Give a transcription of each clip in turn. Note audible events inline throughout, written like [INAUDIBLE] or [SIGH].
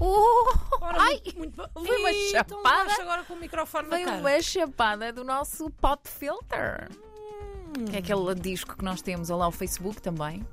Uh, Ai, muito bom. levei uma Ei, então chapada. um é- levaste agora com o microfone na veio cara. uma chapada do nosso pop filter. Hum. Que é aquele disco que nós temos, ou lá o Facebook também,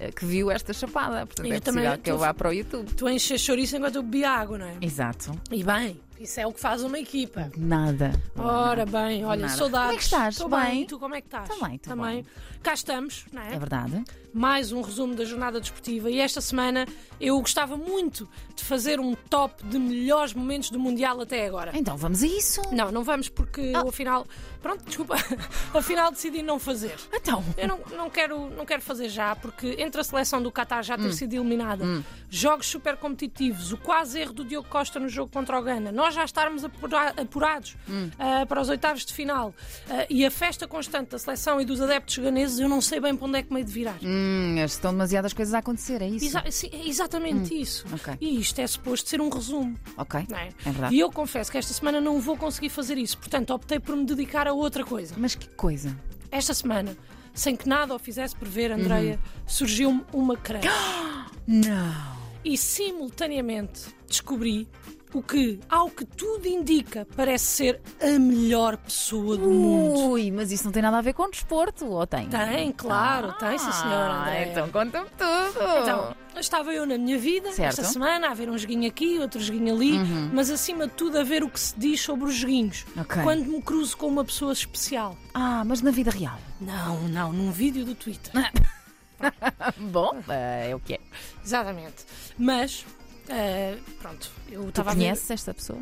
eh, que viu esta chapada. Portanto, Eu é também possível que eu tô- vá para o YouTube. Tu enches chouriço enquanto eu bebi água, não é? Exato. E bem, isso é o que faz uma equipa. Nada. Ora bem, olha, Nada. saudades. Como é que estás? Estou Bem? bem. E tu como é que estás? Também, tô bem. Cá estamos, não é? É verdade. Mais um resumo da jornada desportiva. E esta semana eu gostava muito de fazer um top de melhores momentos do Mundial até agora. Então vamos a isso. Não, não vamos porque Ah. eu, afinal. Pronto, desculpa. [LAUGHS] afinal decidi não fazer. Então. Eu não, não quero, não quero fazer já, porque entre a seleção do Qatar já ter Hum. sido eliminada, jogos super competitivos, o quase erro do Diogo Costa no jogo contra o Gana, nós já estarmos apura- apurados Hum. ah, para os oitavos de final ah, e a festa constante da seleção e dos adeptos ganeses, eu não sei bem para onde é que me hei de virar. Hum, estão demasiadas coisas a acontecer, é isso? Exa- sim, é exatamente isso. Hum. ok. E isto é suposto ser um resumo. Ok. não é? É verdade. E eu confesso que esta semana não vou conseguir fazer isso, portanto optei por me dedicar a outra coisa. Mas que coisa. Esta semana, sem que nada o fizesse prever, Andreia, Uhum. surgiu-me uma creche. Não. e simultaneamente descobri o que, ao que tudo indica, parece ser a melhor pessoa Uh! do mundo. Ui, mas isso não tem nada a ver com desporto, ou tem? Tem, claro, tem, sim senhora. Ah, Andréia. então conta-me tudo. Então, estava eu na minha vida Certo. Uhum. esta semana a ver um joguinho aqui, outro joguinho ali, mas acima de tudo a ver o que se diz sobre os joguinhos Ok. quando me cruzo com uma pessoa especial. Ah, mas na vida real. Não, não, num vídeo do Twitter. [LAUGHS] Bom, eh, é o que é. Exatamente. Mas, eh, pronto, eu Tu estava a ver. conheces esta pessoa?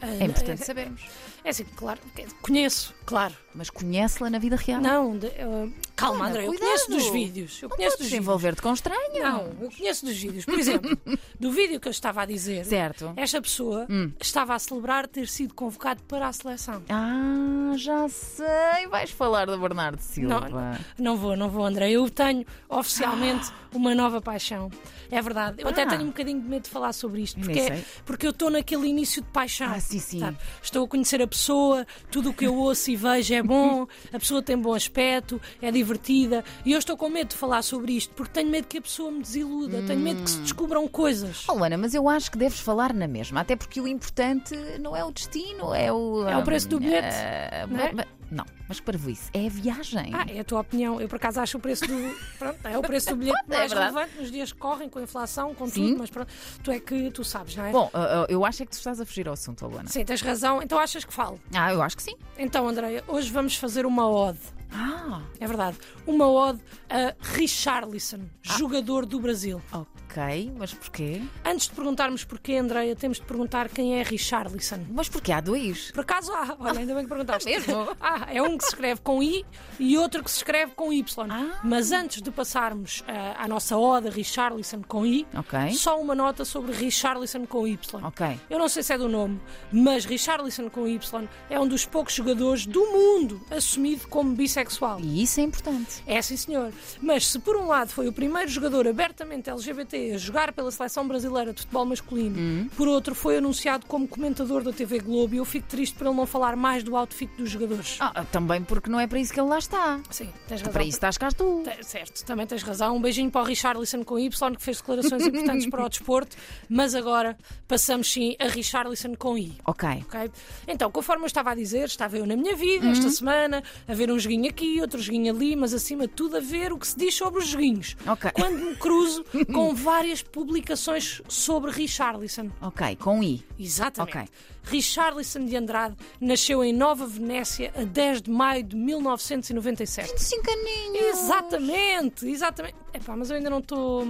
eh, É importante eh, sabermos. [LAUGHS] É assim, claro, quer dizer, conheço, claro. Mas conhece-la na vida real. Não, de- eu- calma, Ah. Ana, André, eu cuidado. conheço dos vídeos. Eu Não conheço dos podes vídeos. envolver-te com estranho. Não, eu conheço dos vídeos. [LAUGHS] Por exemplo, do vídeo que eu estava a dizer, Certo. esta pessoa Hum. estava a celebrar ter sido convocado para a seleção. Ah, já sei. Vais falar do Bernardo Não, Silva. não vou, não vou, André. Eu tenho oficialmente uma nova paixão. É verdade. Eu até Ah. tenho um bocadinho de medo de falar sobre isto, Nem porque, é sei. porque eu estou naquele início de paixão. Ah, sim, sim. sabe? Estou a conhecer a pessoa, tudo o que eu ouço e vejo é bom, a pessoa tem bom aspecto, é divertida. E eu estou com medo de falar sobre isto, porque tenho medo que a pessoa me desiluda, tenho medo Hum. que se descubram coisas. Oh, Ana, mas eu acho que deves falar na mesma. Até porque o importante não é o destino, é o. É o preço do ah, bilhete, ah, não é? ba- ba- Não, mas para isso, é a viagem. Ah, é a tua opinião. Eu por acaso acho o preço do. [LAUGHS] Pronto, é o preço do bilhete É mais verdade. relevante nos dias que correm, com a inflação, com Sim. tudo, mas pronto, tu é que tu sabes, não é? Bom, ah, ah, eu acho é que tu estás a fugir ao assunto, oh, Ana. Sim, tens razão. Então achas que falo? Ah, eu acho que sim. Então, Andreia, hoje vamos fazer uma ode. Ah, É verdade. Uma ode a Richarlison, Ah. jogador do Brasil. ok, mas porquê? Antes de perguntarmos porquê, Andreia, temos de perguntar quem é Richarlison. Mas porquê há dois? Por acaso há, olha, ainda bem [LAUGHS] que perguntaste. Ah, mesmo? Ah, é um que se escreve com I e outro que se escreve com Y. Ah. Mas antes de passarmos ah, à nossa ode a Richarlison com I, Ok. só uma nota sobre Richarlison com Y. Ok. Eu não sei se é do nome, mas Richarlison com Y é um dos poucos jogadores do mundo assumido como bissexual. E isso é importante. É sim, senhor. Mas se por um lado foi o primeiro jogador abertamente LGBT a jogar pela seleção brasileira de futebol masculino, Hum. por outro foi anunciado como comentador da TV Globo e eu fico triste por ele não falar mais do outfit dos jogadores. Ah, também porque não é para isso que ele lá está. Sim, Tu tens razão. para isso estás cá tu. Te- Certo, também tens razão. Um beijinho para o Richarlison com Y, que fez [LAUGHS] declarações importantes para o desporto, mas agora passamos sim a Richarlison com I. Ok. Ok? Então, conforme eu estava a dizer, estava eu na minha vida Uhum. esta semana a ver um joguinho aqui, outro joguinho ali, mas acima de tudo a ver o que se diz sobre os joguinhos. Ok. Quando [LAUGHS] me cruzo com várias publicações sobre Richarlison. Ok, com I. Exatamente. Ok. Richarlison de Andrade nasceu em Nova Venécia a 10 de maio de 1997. Cinco aninhos. Exatamente, exatamente. Epá, mas eu ainda não estou.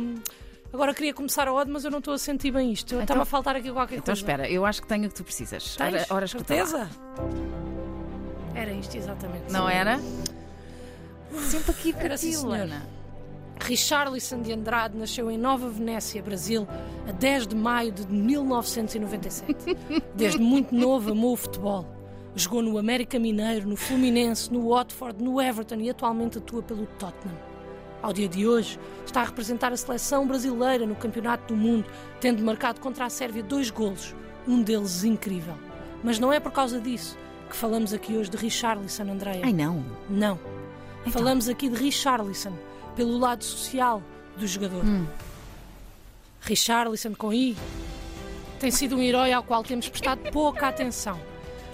Agora queria começar a ode, mas eu não estou a sentir bem isto. Estava a faltar aqui qualquer Então coisa. espera, eu acho que tenho o que tu precisas. Ora, Tens ora escuta lá. certeza? Era isto, exatamente. Não é era? Sempre aqui para Era sim, ti, senhora. Lana. Richarlison de Andrade nasceu em Nova Venécia, Brasil, a 10 de maio de 1997. Desde muito novo amou o futebol. Jogou no América Mineiro, no Fluminense, no Watford, no Everton e atualmente atua pelo Tottenham. Ao dia de hoje, está a representar a seleção brasileira no Campeonato do Mundo, tendo marcado contra a Sérvia dois golos, um deles incrível. Mas não é por causa disso que falamos aqui hoje de Richarlison Andréia. Ai não. Não. Falamos aqui de Richarlison, pelo lado social do jogador. Richarlison com I Tem sido um herói ao qual temos prestado pouca atenção.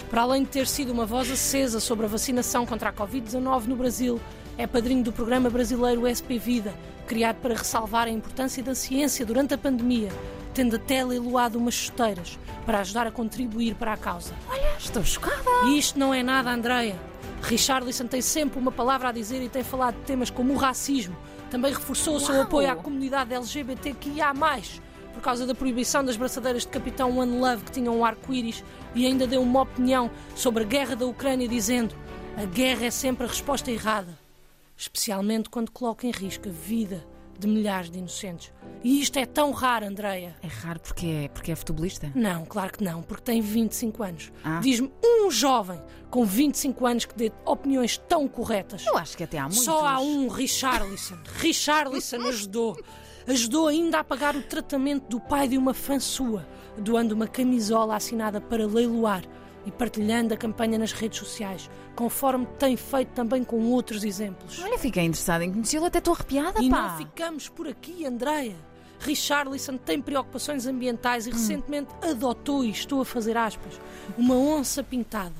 Para além de ter sido uma voz acesa sobre a vacinação contra a Covid-19 no Brasil, é padrinho do programa brasileiro SP Vida, criado para ressalvar a importância da ciência durante a pandemia, tendo até leiloado umas chuteiras para ajudar a contribuir para a causa. Olha, estou chocada. E isto não é nada, Andreia. Richarlison tem sempre uma palavra a dizer e tem falado de temas como o racismo. Também reforçou o seu Uau! apoio à comunidade LGBTQIA, por causa da proibição das braçadeiras de Capitão One Love que tinham um arco-íris e ainda deu uma opinião sobre a guerra da Ucrânia, dizendo: a guerra é sempre a resposta errada, especialmente quando coloca em risco a vida de milhares de inocentes. E isto é tão raro, Andreia. É raro porque é, porque é futebolista. Não, claro que não, porque tem 25 anos. Ah. Diz-me um jovem com 25 anos que dê opiniões tão corretas. Eu acho que até é, há muitos. Só há [LAUGHS] um Richarlison. Richarlison ajudou. Ajudou ainda a pagar o tratamento do pai de uma fã sua, doando uma camisola assinada para leiloar e partilhando a campanha nas redes sociais, conforme tem feito também com outros exemplos. Olha, fiquei interessada em conhecê-lo, até estou arrepiada, E pá. não ficamos por aqui, Andreia. Richarlison tem preocupações ambientais e recentemente adotou, e estou a fazer aspas, uma onça pintada.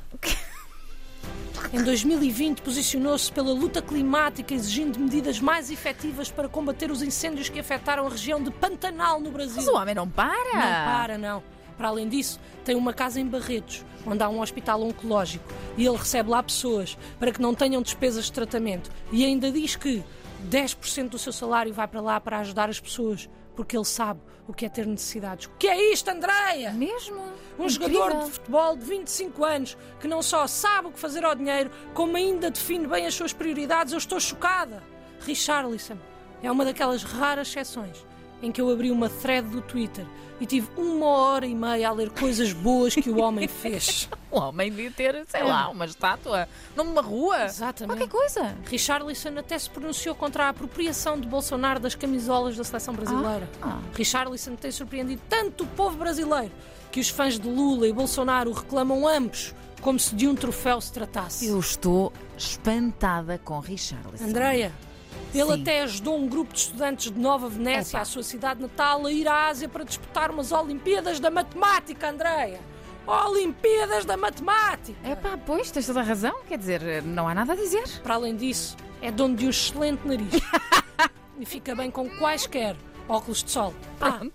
Em 2020 posicionou-se pela luta climática, exigindo medidas mais efetivas para combater os incêndios que afetaram a região de Pantanal no Brasil. Mas o homem não para. Não para, não. Para além disso, tem uma casa em Barretos, onde há um hospital oncológico, e ele recebe lá pessoas para que não tenham despesas de tratamento. E ainda diz que 10% do seu salário vai para lá para ajudar as pessoas, porque ele sabe o que é ter necessidades. O que é isto, Andreia? Mesmo? Um Incrível. jogador de futebol de 25 anos que não só sabe o que fazer ao dinheiro, como ainda define bem as suas prioridades. Eu estou chocada. Richarlison é uma daquelas raras exceções em que eu abri uma thread do Twitter e tive uma hora e meia a ler coisas boas que o [LAUGHS] homem fez. O Um homem devia ter, sei lá, uma estátua numa rua. Exatamente. Qualquer coisa. Richarlison até se pronunciou contra a apropriação de Bolsonaro das camisolas da seleção brasileira. Ah, ah. Richarlison tem surpreendido tanto o povo brasileiro que os fãs de Lula e Bolsonaro o reclamam ambos como se de um troféu se tratasse. Eu estou espantada com Richarlison. Andreia, ele Sim. até ajudou um grupo de estudantes de Nova Venécia, Epá. à sua cidade natal, a ir à Ásia para disputar umas Olimpíadas da Matemática, Andreia. Olimpíadas da Matemática! É pá, pois, tens toda a razão. Quer dizer, não há nada a dizer. Para além disso, é dono de um [LAUGHS] excelente nariz. e fica bem com quaisquer óculos de sol. Ah, Pronto.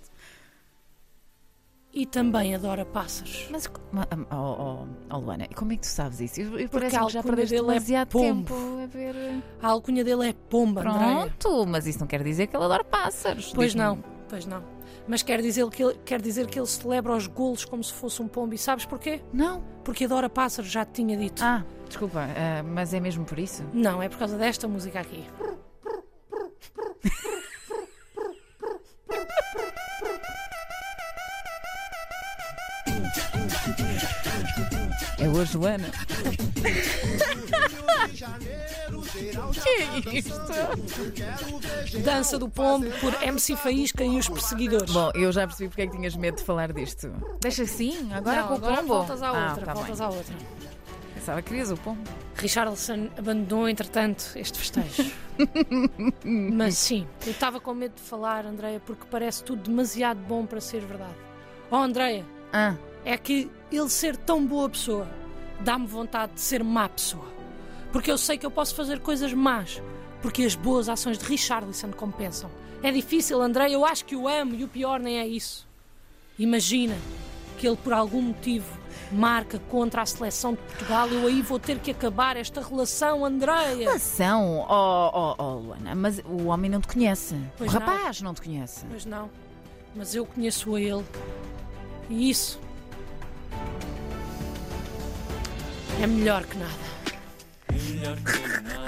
e também adora pássaros. Mas, co- ma- ah, oh, oh, oh, Luana, e como é que tu sabes isso? Eu, eu Porque parece a que já alcunha perdeste dele é demasiado pombo. tempo a ver. eh, A alcunha dele é Pomba, Andreia. Pronto, mas isso não quer dizer que ele adora pássaros. Pois Diz-me- não, pois não. Mas quer dizer, que ele, quer dizer que ele celebra os golos como se fosse um pombo. E sabes porquê? Não. Porque adora pássaros, já te tinha dito. Ah, desculpa, ah, mas é mesmo por isso? Não, é por causa desta música aqui. É hoje, [LAUGHS] Luana. que é isto? Dança do Pombo por MC Faísca e os Perseguidores. Bom, eu já percebi porque é que tinhas medo de falar disto. Deixa assim, agora Não, com o agora pombo. voltas à Ah, outra, tá voltas bem. à outra. Pensava que querias o pombo. Richarlison abandonou, entretanto, [LAUGHS] este festejo. Mas sim, eu estava com medo de falar, Andreia, porque parece tudo demasiado bom para ser verdade. Oh, Andreia, Ah, é que ele ser tão boa pessoa dá-me vontade de ser má pessoa. Porque eu sei que eu posso fazer coisas más, porque as boas ações de Richarlison compensam. É difícil, André, eu acho que o amo e o pior nem é isso. Imagina que ele, por algum motivo, marca contra a seleção de Portugal. Eu aí vou ter que acabar esta relação, Andreia. ação, oh, oh, oh, Luana, mas o homem não te conhece. Pois o não. rapaz não te conhece. Mas não, mas eu conheço a ele. E isso é melhor que nada. Melhor que nada.